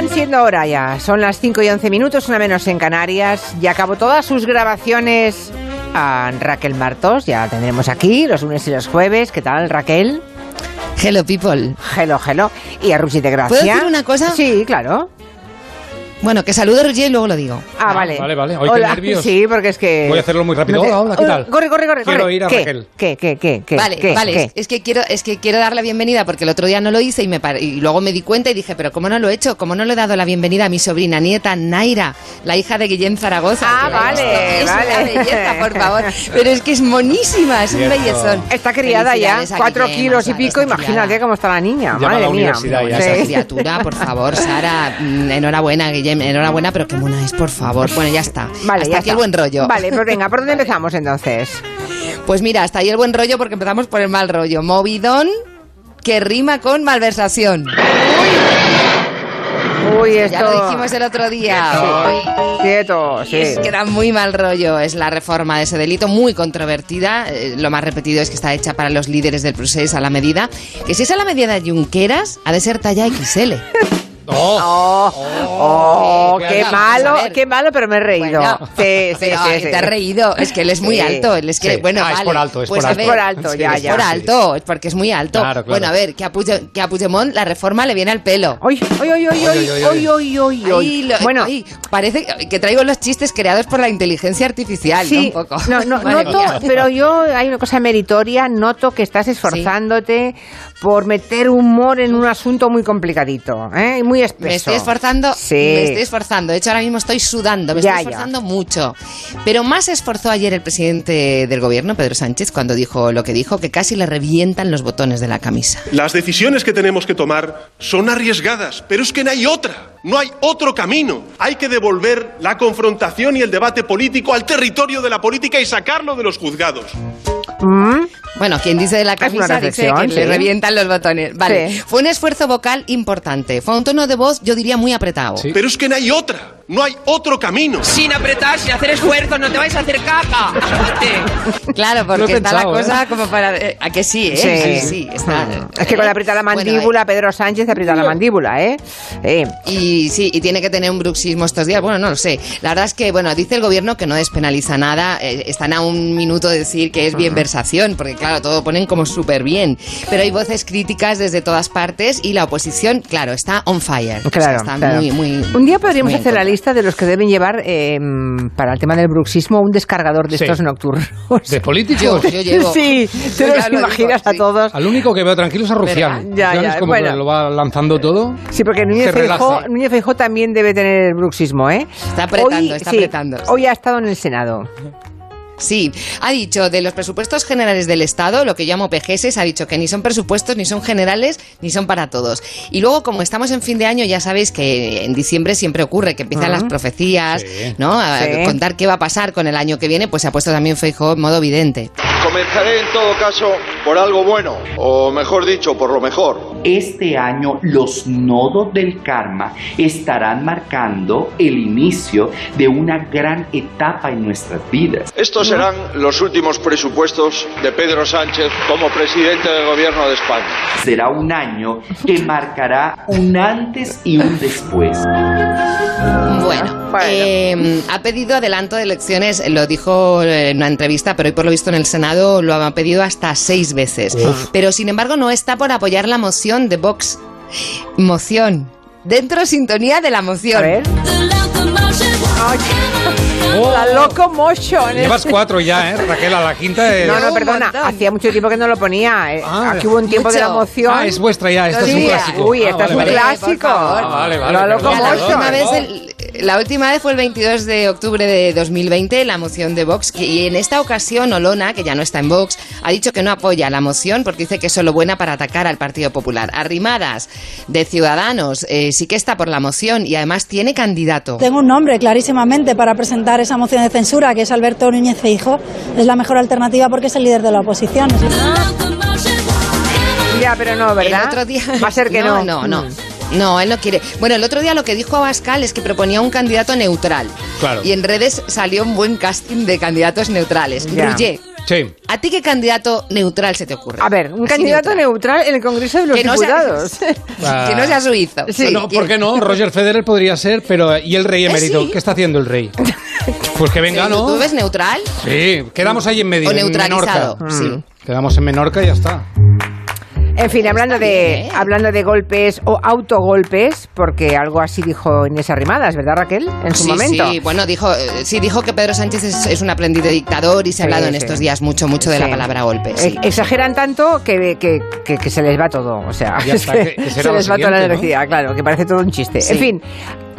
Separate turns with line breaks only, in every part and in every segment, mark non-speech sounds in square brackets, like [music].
cumpliendo ahora ya. Son las 5 y 11 minutos, una menos en Canarias. Y acabó todas sus grabaciones a Raquel Martos. Ya la tendremos aquí los lunes y los jueves. ¿Qué tal, Raquel?
Hello, people.
Hello, hello. Y a Ruchi de Gracia.
¿Puedo decir una cosa?
Sí, claro.
Bueno, que saludo a Roger y luego lo digo.
Ah, vale.
Vale, vale. Hoy qué
Hola.
nervios.
Sí, porque es que...
Voy a hacerlo muy rápido.
No te-
Hola, hola, ¿qué tal?
Corre, corre, corre.
Quiero
corre.
ir a
¿Qué?
Raquel.
¿Qué, qué, qué, qué?
Vale,
qué,
vale.
qué?
Es, es que quiero, es que quiero dar la bienvenida porque el otro día no lo hice y me par- y luego me di cuenta y dije, pero cómo no lo he hecho, cómo no le he dado la bienvenida a mi sobrina nieta Naira, la hija de Guillén Zaragoza.
Ah,
Que la he
vale,
visto. Es
vale.
una
[laughs]
belleza, por favor. Pero es que es monísima, es un
Cierto.
bellezón.
Está criada ya,
Felicidades a
cuatro
Guillem,
kilos y
Sara,
pico,
está
imagínate
criada.
cómo está la niña,
Llama a
madre
la
mía.
universidad ya,
Bueno,
Sí.
esa criatura, por favor, Sara, mm, enhorabuena, Guillem, enhorabuena, pero qué mona es, por favor. Bueno, ya está.
Vale,
Hasta
ya está.
aquí el buen rollo.
Vale, pues venga, ¿por dónde empezamos entonces?
Pues mira, hasta ahí el buen rollo porque empezamos por el mal rollo. Movidón que rima con malversación. Pues
Uy, esto...
Ya lo dijimos el otro día.
Quieto,
Y
sí.
Es que da muy mal rollo. Es la reforma de ese delito, muy controvertida. Eh, lo más repetido es que está hecha para los líderes del proceso a la medida. Que si es a la medida de Junqueras, ha de ser
[laughs]
talla XL.
No.
Oh, oh,
qué
qué
vamos a
malo,
ver.
qué malo, pero me he reído.
[laughs] Bueno,
sí, sí,
pero,
sí,
ay,
sí.
Te has reído. Es que él es muy
Sí.
alto. Él es que,
Sí.
bueno,
Ah, es
vale.
por alto, es
Pues
por
a
alto.
ver,
Por alto, ya,
es
ya.
por alto, es porque es muy alto.
Claro, claro.
Bueno, a ver, que a, Puige- que a Puigdemont la reforma le viene al pelo.
Oy, oy, oy, oy, oy, oy, oy, oy,
Ay, lo-
Bueno,
ay, parece que traigo los chistes creados por la inteligencia artificial,
sí,
¿no? Un poco.
no, no,
Madre
noto,
mía.
pero yo hay una cosa meritoria, noto que estás esforzándote por meter humor en un asunto muy complicadito, ¿eh? Y muy espeso.
Me estoy esforzando,
Sí.
me estoy esforzando. De hecho, ahora mismo estoy sudando, me
Ya,
estoy
ya.
esforzando mucho. Pero más se esforzó ayer el presidente del gobierno, Pedro Sánchez, cuando dijo lo que dijo, que casi le revientan los botones de la camisa.
Las decisiones que tenemos que tomar son arriesgadas, pero es que no hay otra, no hay otro camino. Hay que devolver la confrontación y el debate político al territorio de la política y sacarlo de los juzgados.
Mm,
Bueno, quien dice de la
Es una
camisa dice que
reflexión,
le
sí.
revientan los botones. Vale,
Sí.
fue un esfuerzo vocal importante. Fue un tono de voz, yo diría, muy apretado.
Sí.
Pero es que no hay otra, no hay otro camino.
Sin apretar, sin hacer esfuerzo, no te vais a hacer caca.
Claro, porque
Lo he
está la
pensado, ¿eh? Mm.
cosa como para... eh, ¿A que sí, eh?
Sí.
Sí, sí, está... eh,
Es que cuando aprieta la
Bueno, eh,
mandíbula, Pedro Sánchez aprieta la mandíbula, ¿eh? Eh,
Y sí, y tiene que tener un bruxismo estos días. Bueno, no lo sé. La verdad es que, bueno, dice el gobierno que no despenaliza nada. eh, están a un minuto de decir que es bienversación, porque claro, todo ponen como súper bien. Pero hay voces críticas desde todas partes y la oposición, claro, está on fire. O sea,
Claro,
está
claro.
muy, muy.
un día podríamos
muy en
hacer la
contra.
lista de los que deben llevar eh, mm, para el tema del bruxismo un descargador de
Sí.
estos nocturnos.
¿De
Yo,
políticos?
yo llevo.
Sí, te
Yo ya
los
lo digo,
imaginas a
sí.
todos.
Al único que veo tranquilo es a Rufián.
Verdad, ya,
Rufián
ya,
es como
bueno.
que lo va lanzando todo.
Sí, porque Núñez
Se
Feijó,
relaja.
Núñez Feijóo también debe tener el bruxismo, ¿eh?
Está apretando, está
sí,
apretando, sí.
Hoy ha estado en el Senado.
Sí, ha dicho de los presupuestos generales del Estado, lo que llamo PGS, ha dicho que ni son presupuestos, ni son generales, ni son para todos. Y luego, como estamos en fin de año, ya sabéis que en diciembre siempre ocurre que empiezan las profecías,
Sí.
¿no? A
Sí.
contar qué va a pasar con el año que viene, pues se ha puesto también Feijóo en modo vidente.
Comenzaré en todo caso por algo bueno, o mejor dicho, por lo mejor.
Este año los nodos del karma estarán marcando el inicio de una gran etapa en nuestras vidas.
Estos serán los últimos presupuestos de Pedro Sánchez como presidente del gobierno de España.
Será un año que marcará un antes y un después.
Bueno,
Bueno.
eh, ha pedido adelanto de elecciones, lo dijo eh, en una entrevista, pero hoy por lo visto en el Senado lo ha pedido hasta seis veces. Pero sin embargo no está por apoyar la moción de Vox. Moción. Dentro sintonía de la
A
moción.
ver. La locomotion. ¿eh?
Oh. Llevas cuatro ya, ¿eh? Raquel, a la quinta es...
No, no,
Un
perdona.
montón.
Hacía mucho tiempo que no lo ponía. eh.
Ah,
Aquí hubo un tiempo de la
mucho.
moción.
Ah, es vuestra ya, esta es un
Sí,
clásico.
Uy,
Ah,
esta es
vale,
un
vale.
clásico.
Por favor.
Ah, vale, vale,
La
perdón,
Ya, la,
Motion.
locomotion.
última vez el- la última vez fue el 22 de octubre de 2020, la moción de Vox, que- y en esta ocasión Olona, que ya no está en Vox, ha dicho que no apoya la moción porque dice que es solo buena para atacar al Partido Popular. Arrimadas de Ciudadanos eh, sí que está por la moción y además tiene candidato.
Tengo un nombre clarísimamente para presentar esa moción de censura, que es Alberto Núñez Feijo. Es la mejor alternativa porque es el líder de la oposición.
Ya, pero no, ¿verdad?
El otro día...
Va a ser que no.
[laughs]
Mm.
No, no, no. No, él no quiere. Bueno, el otro día lo que dijo Abascal es que proponía un candidato neutral.
Claro.
Y en redes salió un buen casting de candidatos neutrales.
Ya.
Rullé,
Sí.
¿A ti qué candidato neutral se te ocurre?
A ver, un
Así
candidato neutral en el Congreso de los
Que no sea-
Diputados.
Ah.
[laughs] que no sea suizo.
Sí.
No, ¿por qué no? Roger Federer podría ser, pero ¿y el rey emérito?
Eh, sí.
¿Qué está haciendo el rey? Pues que venga, ¿no?
¿Tú ves neutral?
Sí, quedamos ahí en medio.
O
en
neutralizado,
Menorca.
sí.
Mm. Quedamos en Menorca y ya está.
En fin, hablando de,
bien, ¿eh?
hablando de golpes o autogolpes, porque algo así dijo Inés Arrimadas, ¿verdad Raquel? En su
sí,
momento.
Sí, bueno, dijo, eh, sí, dijo que Pedro Sánchez es, es un aprendiz de dictador y se ha
Sí,
hablado en
sí.
estos días mucho, mucho de la
Sí.
palabra golpe. sí.
E- Exageran tanto que, que- que- que se les va todo. O sea, [laughs]
Ya está, que- que será
se
lo
les va toda la
siguiente, ¿no?
energía, claro, que parece todo un chiste.
Sí.
En fin,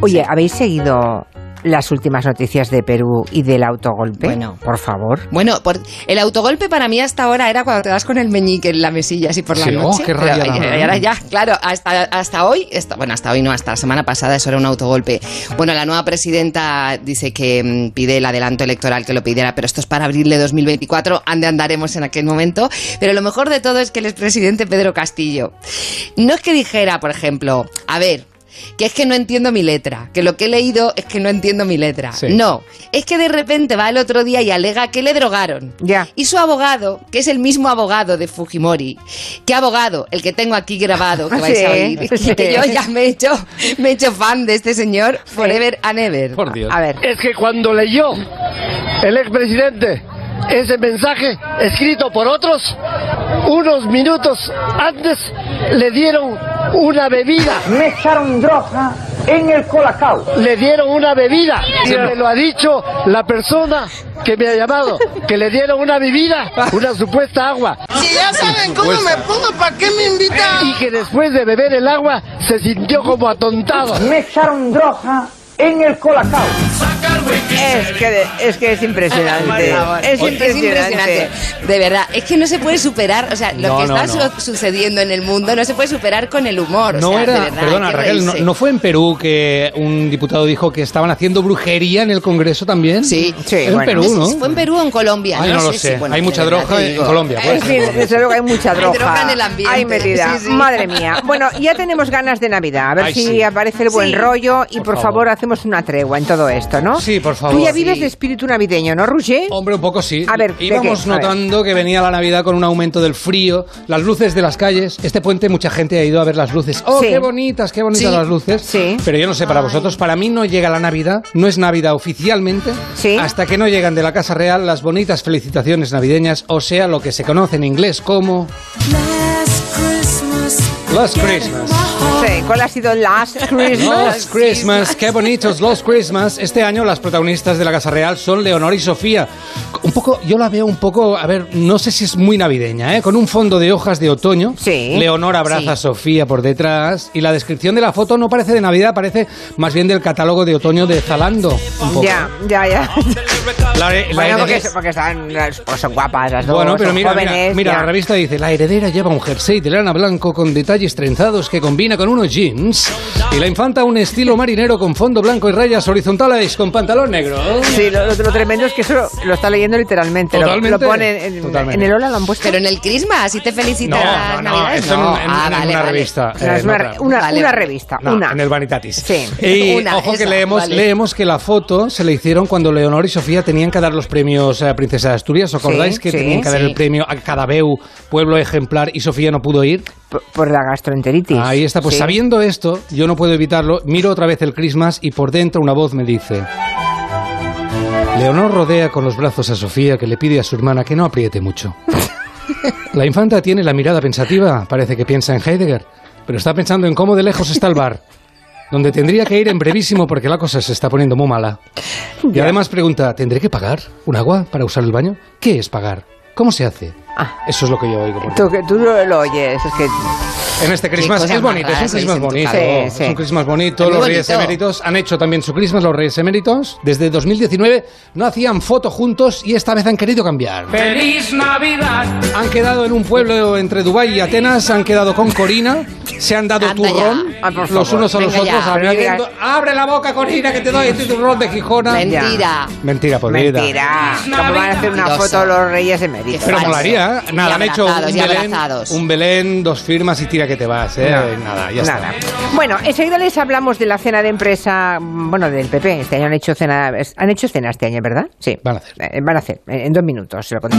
oye, ¿habéis seguido las últimas noticias de Perú y del autogolpe?
Bueno.
por favor.
Bueno, por- el autogolpe para mí hasta ahora era cuando te das con el meñique en la mesilla así por la
Sí, oh,
noche.
qué rabia
Pero,
da,
eh,
¿eh?
ahora ya, claro, hasta, hasta hoy, hasta- bueno, hasta hoy no, hasta la semana pasada eso era un autogolpe. Bueno, la nueva presidenta dice que mm, pide el adelanto electoral que lo pidiera, pero esto es para abril de 2024, ande andaremos en aquel momento. Pero lo mejor de todo es que el expresidente Pedro Castillo no es que dijera, por ejemplo, a ver, que es que no entiendo mi letra, que lo que he leído es que no entiendo mi letra.
Sí.
No, no, es que de repente va el otro día y alega que le drogaron.
Ya.
Y su abogado, que es el mismo abogado de Fujimori, que abogado, el que tengo aquí
[laughs]
grabado, que vais a
Ah, Sí,
oír,
sí.
que yo ya me he hecho, me he hecho fan de este señor forever and ever.
Por Dios.
A ver,
es que cuando leyó el expresidente ese mensaje escrito por otros, unos minutos antes le dieron una bebida. Me echaron droga en el colacao. Le dieron una bebida. Y me lo ha dicho la persona que me ha llamado, que le dieron una bebida, una supuesta agua.
Si ya saben cómo me pongo, ¿para qué me invitan?
Y que después de beber el agua se sintió como atontado.
es que, es que es
[laughs]
impresionante. Es
Porque
impresionante.
De verdad, es que no se puede superar, o sea, lo
No,
que
no,
está
no.
su- sucediendo en el mundo no se puede superar con el humor. o
No
sea, de
era,
verdad,
perdona
hay que
Raquel, no,
reírse.
¿no fue en Perú que un diputado dijo que estaban haciendo brujería en el Congreso también?
Sí.
Sí,
Era en
bueno.
Perú, ¿no?
¿Fue en Perú o en Colombia?
Ay, no lo
si-
sé.
bueno,
Hay
de
mucha
verdad
droga
te
en
digo.
Colombia, pues.
En fin, desde luego hay mucha
Hay
droga.
droga en el ambiente,
Hay metida.
sí, sí.
Madre mía. Bueno, ya tenemos ganas de Navidad. A ver
Ay,
si
sí.
aparece el buen
Sí.
rollo y por,
Por
favor.
favor.
hacemos una tregua en todo esto, ¿no?
Sí, por favor. Oh,
Tú ya vives
Sí.
de espíritu navideño, ¿no, Roger?
Hombre, un poco sí.
A ver, ¿de
Íbamos
qué? A ver.
notando que venía la Navidad con un aumento del frío, las luces de las calles. Este puente mucha gente ha ido a ver las luces. ¡Oh,
Sí.
qué bonitas, qué bonitas
Sí.
las luces!
Sí.
Pero yo no sé, para vosotros, para mí no llega la Navidad, no es Navidad oficialmente,
Sí.
hasta que no llegan de la Casa Real las bonitas felicitaciones navideñas, o sea, lo que se conoce en inglés como... Last Christmas.
Sí, ¿Cuál ha sido Last
[laughs]
Christmas?
Los Christmas, qué bonitos los Christmas. Este año las protagonistas de la Casa Real son Leonor y Sofía. Un poco, yo la veo un poco, a ver, no sé si es muy navideña, ¿eh? Con un fondo de hojas de otoño.
Sí.
Leonor abraza
Sí.
a Sofía por detrás y la descripción de la foto no parece de Navidad, parece más bien del catálogo de otoño de Zalando. un poco.
Ya, ya, ya.
La- la-
Bueno, porque,
la-
porque están, pues son guapas las dos,
bueno, pero
son
mira, mira,
jóvenes.
mira,
ya.
la revista dice, la heredera lleva un jersey de lana blanco con detalles trenzados que combina con unos jeans y la infanta un estilo marinero con fondo blanco y rayas horizontales con pantalón negro.
Sí, lo, lo- lo tremendo es que eso lo está leyendo literalmente. Lo- Lo,
Totalmente.
pone en,
Totalmente.
en el Ola, lo han puesto.
Pero en el Christmas, si te felicitan las Navidades.
eso en-
no.
en,
Ah,
en
vale,
una
vale.
revista.
No,
eh,
es una,
no,
re- una-
Vale,
una
vale.
revista,
No,
una.
en el Vanitatis.
Sí. [laughs]
Y
Una,
ojo que
esa,
leemos,
vale.
leemos que la foto se le hicieron cuando Leonor y Sofía tenían que dar los premios a Princesa de Asturias. ¿Os acordáis
Sí,
que
sí,
tenían que dar
sí.
el premio a Cadabeu, pueblo ejemplar, y Sofía no pudo ir?
Por, por la gastroenteritis.
Ahí está. Pues
Sí.
sabiendo esto, yo no puedo evitarlo. Miro otra vez el Christmas y por dentro una voz me dice. Leonor rodea con los brazos a Sofía que le pide a su hermana que no
[laughs]
apriete mucho. La infanta tiene la mirada pensativa, parece que piensa en Heidegger, pero está pensando en cómo de lejos está el bar, donde tendría que ir en brevísimo porque la cosa se está poniendo muy mala. Y además pregunta, ¿tendré que pagar un agua para usar el baño? ¿Qué es pagar? ¿Cómo se hace?
Ah.
Eso es lo que yo oigo. por
Tú, que- tú lo, lo oyes, es que...
en este Christmas
cosas
es bonito,
más raras
es un
veis
Christmas
en tu
bonito.
casa. Sí, sí.
Es un Christmas bonito.
Muy
Los Reyes
bonito.
Eméritos han hecho también su Christmas, los Reyes Eméritos. Desde 2019 no hacían foto juntos y esta vez han querido cambiar.
¡Feliz Navidad!
Han quedado en un pueblo entre Dubái y Atenas, han quedado con Corina, se han dado
Anda
turrón
ya. Ah, por
los
favor.
unos a los
Venga ya.
otros.
Pero no
abriendo-
digas-
Abre la boca, Corina, que te doy este turrón de Gijona.
Mentira.
Mentira, podrida.
Mentira. ¿Cómo van a hacer una
Mentiroso.
foto los reyes eméritos?
Pero
Falso.
molaría, día, nada, han hecho un
abrazados, y
Belén,
abrazados.
un Belén, dos firmas y tira que te vas, ¿eh?
Nada.
Nada, ya
Nada.
está.
Bueno, enseguida les hablamos de la cena de empresa, mm, bueno, del PP. Este año han hecho cena, es- han hecho cena este año, ¿verdad? Sí.
Van a hacer.
Eh, Van a hacer. En en dos minutos se lo conté.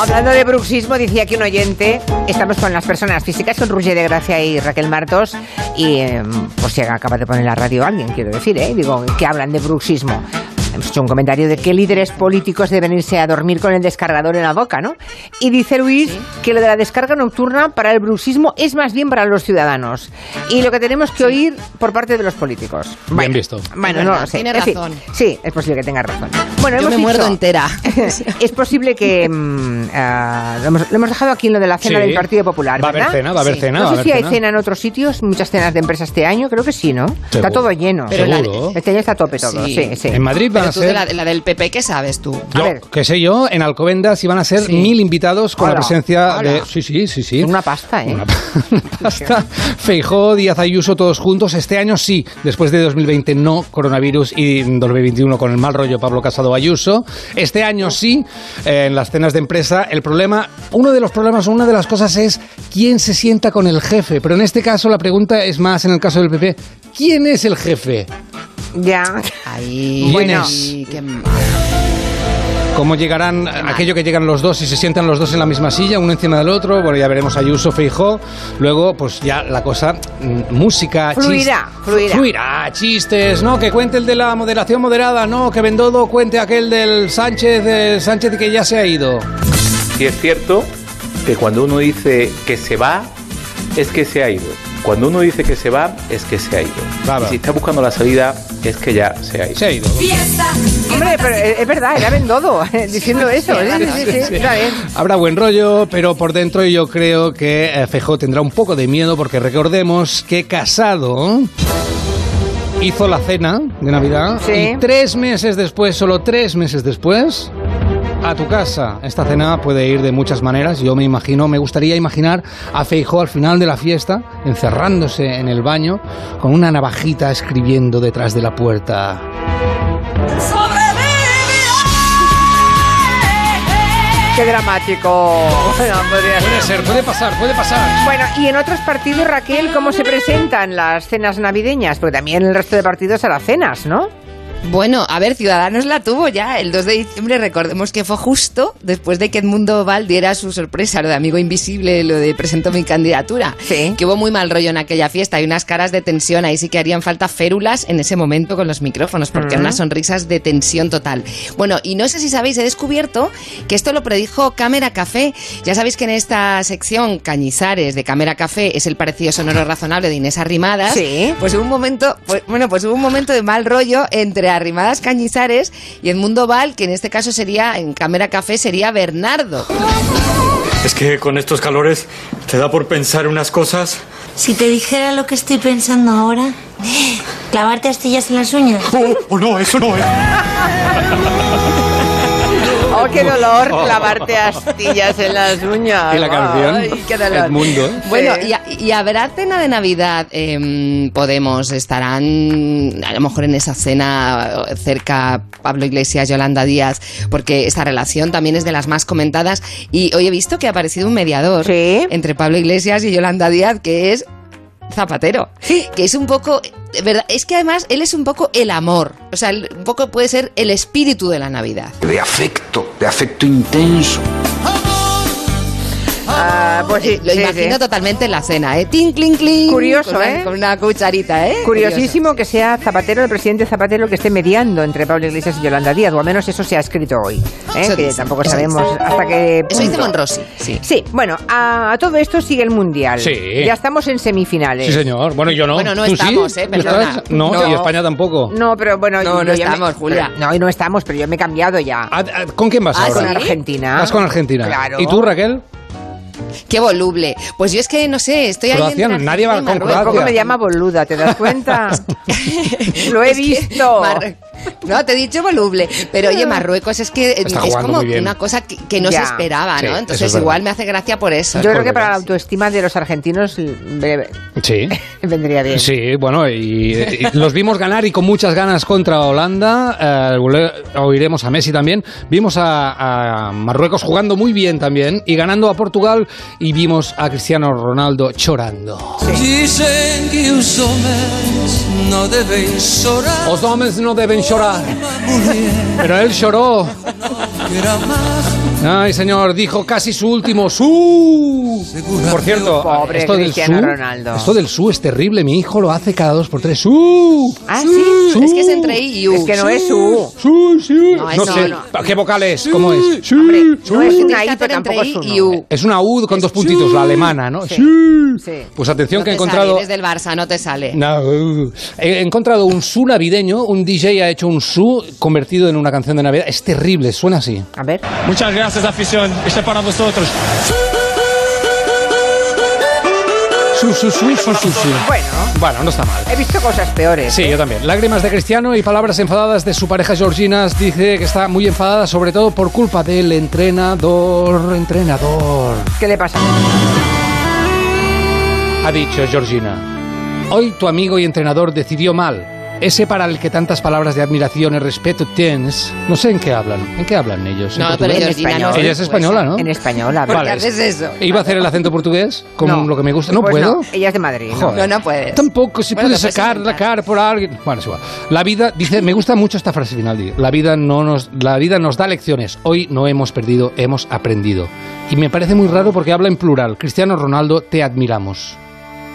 Hablando de bruxismo, decía aquí un oyente, estamos con las personas físicas, con Ruge de Gracia y Raquel Martos, y eh, por si acaba de poner la radio alguien, quiero decir, ¿eh? digo, que hablan de bruxismo. Hemos hecho un comentario de qué líderes políticos deben irse a dormir con el descargador en la boca, ¿no? Y dice Luis que lo de la descarga nocturna para el bruxismo es más bien para los ciudadanos. Y lo que tenemos que oír por parte de los políticos.
Bien visto.
Bueno,
Es
no
verdad,
lo sé.
tiene
En fin,
razón.
sí, es posible que tengas razón. Bueno,
Yo
hemos
me
dicho- [laughs]
muerdo entera.
es posible que mm, ah, lo, hemos, lo hemos dejado aquí en lo de la cena
Sí.
del Partido Popular,
Va a haber
¿verdad?
cena, va a haber
Sí.
cena. va
no
a
sé
haber
si hay
cena.
cena en otros sitios, muchas cenas de empresa este año, creo que sí, ¿no? Está todo lleno.
Pero la-
Seguro.
Este año está a tope todo, sí,
Sí.
sí.
En Madrid van
Pero
a
tú de
ser...
la, la del PP, ¿qué sabes tú?
A
Yo,
ver.
qué sé yo, en Alcobendas iban a ser
Sí.
mil invitados con
Hola,
la presencia
hola.
de... Sí, sí, sí, sí.
Una pasta, ¿eh?
Una pa- [laughs] una pasta. Feijó, Díaz Ayuso, todos juntos. Este año sí, después de 2020 no coronavirus y 2021 con el mal rollo Pablo Casado Ayuso. Este año sí, eh, en las cenas de empresa, el problema, uno de los problemas, una de las cosas es quién se sienta con el jefe. Pero en este caso la pregunta es más, en el caso del PP, ¿quién es el jefe?
Ya.
Ahí,
¿Quién
bueno,
es?
y qué-
¿Cómo llegarán aquello que llegan los dos y se sientan los dos en la misma silla, uno encima del otro? Bueno, ya veremos Ayuso, Feijó. Luego, pues ya la cosa, mm, música, chis-
Fluirá, fluirá.
Fluirá, chistes, ¿no? Que cuente el de la moderación moderada, ¿no? Que Bendodo cuente aquel del Sánchez, del Sánchez que ya se ha ido.
Si es cierto que cuando uno dice que se va, es que se ha ido. Cuando uno dice que se va, es que se ha ido.
Claro.
Y si está buscando la salida, es que ya se ha ido.
Se ha ido.
Hombre, pero es es verdad, era Bendodo [laughs] diciendo eso. ¿eh? Sí, sí, sí, está bien.
Habrá buen rollo, pero por dentro yo creo que Fejo tendrá un poco de miedo porque recordemos que Casado hizo la cena de Navidad
Sí.
y tres meses después, solo tres meses después, a tu casa. Esta cena puede ir de muchas maneras. Yo me imagino, me gustaría imaginar a Feijó al final de la fiesta, encerrándose en el baño, con una navajita escribiendo detrás de la puerta.
Qué dramático. Bueno, podría ser.
Puede ser, puede pasar, puede pasar.
Bueno, y en otros partidos, Raquel, ¿cómo se presentan las cenas navideñas? Porque también el resto de partidos a las cenas, ¿no?
Bueno, a ver, Ciudadanos la tuvo ya el 2 de diciembre. Recordemos que fue justo después de que Edmundo Val diera su sorpresa, lo de Amigo Invisible, lo de presentó mi candidatura.
Sí.
Que hubo muy mal rollo en aquella fiesta. Hay unas caras de tensión. Ahí sí que harían falta férulas en ese momento con los micrófonos, porque eran unas sonrisas de tensión total. Bueno, y no sé si sabéis, he descubierto que esto lo predijo Cámara Café. Ya sabéis que en esta sección Cañizares de Cámara Café es el parecido sonoro razonable de Inés Arrimadas.
Sí.
Pues hubo un momento, pues, bueno, pues hubo un momento de mal rollo entre Arrimadas Cañizares y Edmundo Val, que en este caso sería, en Cámara Café, sería Bernardo.
Es que con estos calores te da por pensar unas cosas.
Si te dijera lo que estoy pensando ahora, clavarte astillas en las uñas.
¡Oh, no! Eso no es.
¡Oh, qué dolor clavarte astillas en las uñas!
Y la canción,
¡Ay, qué dolor!
Edmundo, ¿eh?
Bueno, y, a- y habrá cena de Navidad, em, Podemos, estarán a lo mejor en esa cena eh, cerca Pablo Iglesias, Yolanda Díaz, porque esta relación también es de las más comentadas. Y hoy he visto que ha aparecido un mediador
Sí.
entre Pablo Iglesias y Yolanda Díaz, que es Zapatero, que es un poco, de verdad, es que además él es un poco el amor, o sea, el- un poco puede ser el espíritu de la Navidad.
De afecto, de afecto intenso.
Ah, pues sí,
Lo
sí,
imagino
sí.
totalmente en la cena, ¿eh? Tin, clink, clink.
Curioso,
con una-
¿eh?
Con una cucharita, ¿eh? Curioso.
Curiosísimo que sea Zapatero, el presidente Zapatero, que esté mediando entre Pablo Iglesias y Yolanda Díaz, o al menos eso se ha escrito hoy, ¿eh?
Eso
que
dice,
tampoco
eso
sabemos
dice.
hasta qué
Eso dice
punto.
Monrosi, sí.
Sí, bueno, a, a todo esto sigue el Mundial.
Sí.
Ya estamos en semifinales.
Sí, señor. Bueno, yo no.
Bueno, no
¿Tú
estamos,
sí?
¿eh?
¿Tú
Perdona.
estás? No,
No.
y España tampoco.
No, pero bueno...
No,
yo
no
ya me-
estamos, Julia.
pero- no, y no estamos, pero yo me he cambiado ya.
Ah, ah, ¿Con quién vas
Ah,
ahora?
con
¿sí?
Argentina.
Vas con Argentina.
Claro.
¿Y tú, Raquel?
Qué voluble. Pues yo es que no sé, estoy ahí.
Croacia,
entre
nadie va
Argentina y
con
Marruecos.
[laughs]
[laughs]
Tampoco me llama boluda, ¿te das cuenta? Lo he
Es que
visto.
Mar- No, te he dicho voluble.
[laughs]
Pero oye, Marruecos es que eh,
Está
es
jugando
como
muy bien.
una cosa que, que no
Ya.
se esperaba,
Sí,
¿no?
eso
Entonces
es verdad.
igual me hace gracia por eso.
Yo creo que para la autoestima de los argentinos le-
Sí.
vendría bien.
[laughs] Sí, bueno, y, y los vimos ganar y con muchas ganas contra Holanda. eh, le- oiremos a Messi también. Vimos a, a Marruecos jugando muy bien también y ganando a Portugal. Y vimos a Cristiano Ronaldo llorando.
Dicen que los hombres no deben llorar.
Los hombres no deben llorar. Pero él lloró. Ay, señor, dijo casi su último su. Por cierto,
Pobre
esto del
Cristiano
su,
Ronaldo.
esto del su es terrible. Mi hijo lo hace cada dos por tres. Su.
Ah, sí.
Es que es entre I y U.
Es que no es U.
Su, su.
No,
No,
es no,
sé.
no.
¿Qué vocal es? ¿Cómo es? Su, su.
No es una
que
I,
hacer
pero
entre
tampoco es
I
uno.
y U.
Es una U con dos puntitos, la alemana, ¿no?
Sí.
Su.
Sí.
Pues atención
No
que he
te
encontrado.
sale, eres del Barça, no te sale.
No. uh, He encontrado un su navideño, un DJ ha hecho un su convertido en una canción de Navidad. Es terrible, suena así.
A ver.
Muchas gracias, afición. Este es para vosotros.
Su, su, su, su, su, su.
Bueno.
Bueno, no está mal.
He visto cosas peores. ¿eh?
Sí, yo también. Lágrimas de Cristiano y palabras enfadadas de su pareja Georgina. Dice que está muy enfadada, sobre todo por culpa del entrenador. Entrenador.
¿Qué le pasa?
Ha dicho Georgina. Hoy tu amigo y entrenador decidió mal. Ese para el que tantas palabras de admiración y respeto tienes. No sé en qué hablan. ¿En qué hablan ellos? ¿En
No, pero
portugués?
Georgina no es
Ella es española, ¿no?
En español, habla.
¿Por qué haces eso?
¿E Iba a hacer el acento portugués, como
No.
lo que me gusta. No
Pues
puedo.
Ella es de Madrid. ¿no?
Joder.
No, no puedes.
Tampoco se
Bueno, pues
puede
te puedes
sacar la cara por alguien. Bueno, es igual. La vida, dice, me gusta mucho esta frase final. dice, La vida, no nos, la vida nos da lecciones. Hoy no hemos perdido, hemos aprendido. Y me parece muy raro porque habla en plural. Cristiano Ronaldo, te admiramos.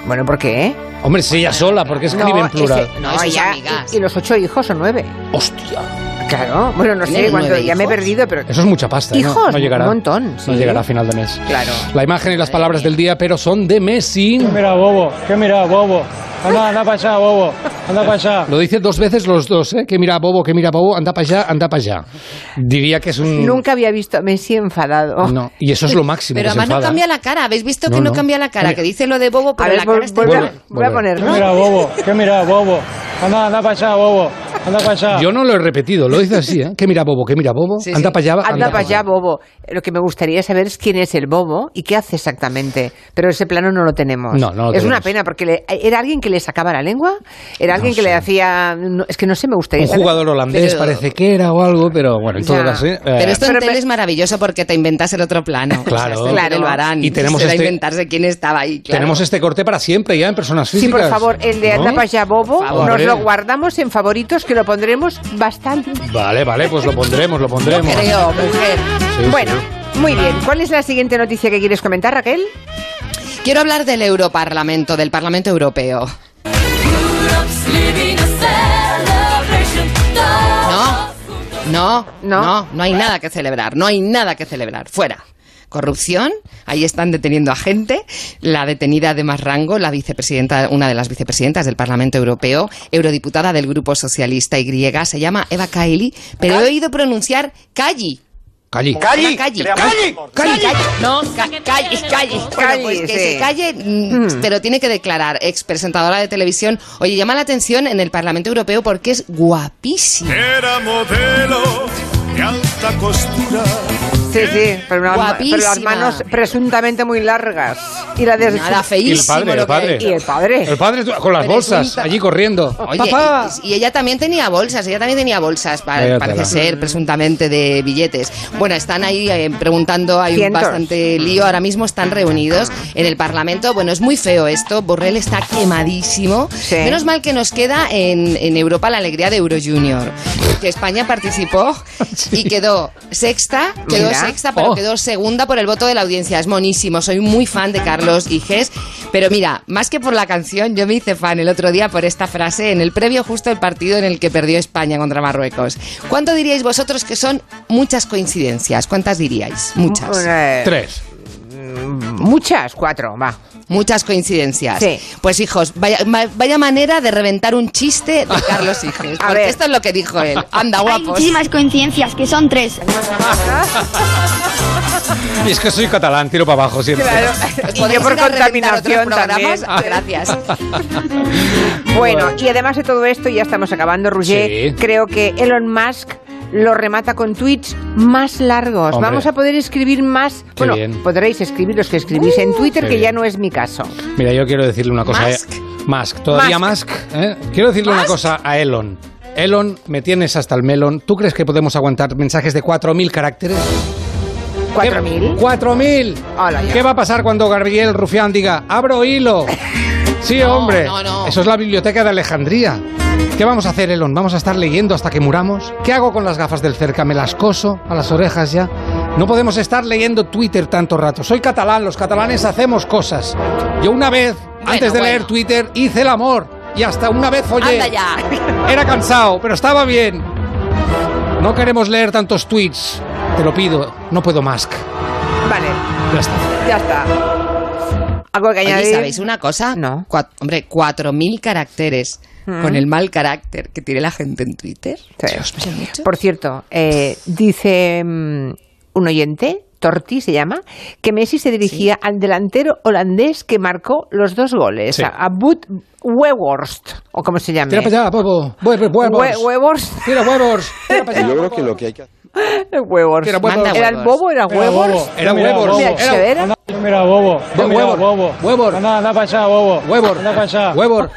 Bueno, ¿por qué?
Hombre, si ella sola, porque escribe en plural.
ese-
No, y sus
ya-
amigas.
Y, y los ocho hijos son nueve.
Hostia.
Claro. Bueno, no sé
¿Tiene
cuánto.
nueve
Ya me he
hijos?
perdido, pero.
Eso es mucha pasta. ¿eh? ¿no?
Hijos,
no, llegará.
un montón,
No
sí.
llegará a final de mes.
Claro.
La imagen y las palabras del día, pero son de Messi.
Mira, bobo. ¿Qué mira, bobo? Anda, anda para allá, bobo. Anda para allá.
Lo dice dos veces los dos, ¿eh? Que mira bobo, que mira bobo, anda para allá, anda para allá. Diría que es un.
Nunca había visto a Messi enfadado.
No, y eso es lo máximo.
Pero
que se
además no
enfada. ¿eh?
cambia la cara. ¿Habéis visto que
No,
no,
no.
cambia la cara? Que dice lo de bobo,
A
pero
ver,
la
vol-
cara está...
vuelve a-
Vuelve,
voy a
vuelve.
ponerlo.
¿Qué mira, bobo? ¿Qué mira, bobo? Anda, anda para allá, bobo. Anda para allá.
Yo no lo he repetido, lo dice así, ¿eh? Que mira bobo, que mira bobo,
Sí,
anda
sí.
para allá,
Anda para allá, bobo. Lo que me gustaría saber es quién es el bobo y qué hace exactamente. Pero ese plano no lo tenemos.
No, no lo
es una
tenemos.
pena porque le- era alguien que le sacaba la lengua, era alguien que le hacía. no, es que no sé, me gustaría.
Un
saber.
jugador holandés
Pero-
parece que era o algo, pero bueno, en todo
Ya.
caso. ¿eh?
Pero esto en
Pero
tele
me-
es maravilloso porque te inventas el otro plano.
[laughs]
Este
Claro.
Claro.
claro. El varán.
Y tenemos
Será
este-
inventarse quién estaba ahí. claro.
Tenemos este corte para siempre ya en personas
Sí,
físicas.
por favor, el de
¿No?
Anda para allá, bobo,
Por favor.
nos
eh.
lo
Hombre.
guardamos en favoritos que lo pondremos bastante.
Vale, vale, pues lo pondremos, lo pondremos.
Creo, mujer.
Sí,
bueno,
sí.
muy bien. ¿Cuál es la siguiente noticia que quieres comentar, Raquel?
Quiero hablar del Europarlamento, del Parlamento Europeo. No, no,
No.
no, no, hay nada que celebrar, no hay nada que celebrar, fuera. Corrupción, ahí están deteniendo a gente. La detenida de más rango, la vicepresidenta, una de las vicepresidentas del Parlamento Europeo, eurodiputada del Grupo Socialista y griega, se llama Eva Kaili, pero he oído pronunciar Kayi.
Calli.
Eva Kayi. Calle, calle. No, ca- calle, calle. Bueno, pues que
Cállese.
se calle, mm, pero tiene que declarar, ex presentadora de televisión. Oye, llama la atención en el Parlamento Europeo porque es guapísima.
Era modelo de alta costura.
Sí, sí, pero, unas- pero las
Guapísima.
manos presuntamente muy largas. Y la de
Nada,
Y el
feísimo
padre, el
lo que hay.
padre.
Y el padre.
El padre con
Pero es
las
un
bolsas,
ta-
allí corriendo.
Oye,
¡Papá!
Y, y ella también tenía bolsas, ella también tenía bolsas, pa-
Cállate
parece
la.
ser, presuntamente de billetes. Bueno, están ahí eh, preguntando, hay un
Cientos.
bastante lío, ahora mismo están reunidos en el Parlamento. Bueno, es muy feo esto, Borrell está quemadísimo.
Sí.
Menos mal que nos queda en, en Europa la alegría de Euro Junior, que España
[laughs]
participó y quedó sexta, quedó
Mira.
sexta, pero
Oh.
quedó segunda por el voto de la audiencia. Es monísimo, soy muy fan de Carlos Iges. Pero mira, más que por la canción, yo me hice fan el otro día por esta frase en el previo justo del partido en el que perdió España contra Marruecos. ¿Cuánto diríais vosotros que son muchas coincidencias? ¿Cuántas diríais? Muchas.
Eh,
Tres.
Muchas, cuatro, va.
Muchas coincidencias.
Sí.
Pues hijos, vaya, ma- vaya manera de reventar un chiste de Carlos Hijes.
A
Porque
ver.
esto es lo que dijo él. Anda,
Hay
guapos.
muchísimas coincidencias, que son tres.
Y es que soy catalán, tiro para abajo siempre.
Claro.
[laughs]
Y yo por contaminación también. Ah.
Gracias.
[laughs] Bueno, y además de todo esto, ya estamos acabando, Roger.
Sí.
Creo que Elon Musk lo remata con tweets más largos.
Hombre.
Vamos a poder escribir más. bueno,
bien. Uh.
podréis escribir los que escribís en Twitter,
qué
que ya
bien.
no es mi caso.
[laughs] Mira, yo quiero decirle una cosa.
Musk.
Musk, todavía Musk. ¿eh? Quiero decirle una cosa a Elon. Elon, me tienes hasta el melón. ¿Tú crees que podemos aguantar mensajes de 4.000 caracteres?
¿4.000?
¡4.000!
Hola, ya.
¿Qué va a pasar cuando Gabriel Rufián diga, abro hilo? Sí,
No,
hombre.
no, no.
Eso es la biblioteca de Alejandría. ¿Qué vamos a hacer, Elon? ¿Vamos a estar leyendo hasta que muramos? ¿Qué hago con las gafas del cerca? ¿Me las coso a las orejas ya? No podemos estar leyendo Twitter tanto rato. Soy catalán, los catalanes hacemos cosas. Yo una vez, antes de
bueno.
leer Twitter, hice el amor. Y hasta una vez follé.
Anda ya.
[laughs] Era cansado, pero estaba bien. No queremos leer tantos tweets. Te lo pido. No puedo más.
Vale,
Ya está.
ya está. ¿Algo que
Oye,
añadir?
¿sabéis una cosa? No. hombre, 4.000 caracteres
Mm.
con el mal carácter que tiene la gente en Twitter.
Sí. Por cierto, eh, dice mm, un oyente, Torti se llama, que Messi se dirigía al delantero holandés que marcó los dos goles,
Sí.
a, a Wood Weghorst, o como se llama.
Tira para allá, bobo. Hue- Huevos.
[laughs]
Tira huevos. Tira para allá.
creo que lo que hay que hacer. Huevos.
Era huevos.
¿Era el bobo? ¿Era
Mira,
huevos?
bobo.
Era
Mira,
huevos.
bobo.
Mira, Chevera.
Anda, Mira, bobo.
Bo-
Mira,
huevor.
bobo.
Huevor.
Anda, anda para allá, bobo.
Huevor.
Anda para allá.
Huevor.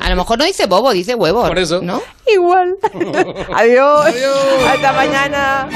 A lo mejor no dice bobo, dice huevo. Por eso. ¿No?
Igual. Adiós. Hasta mañana.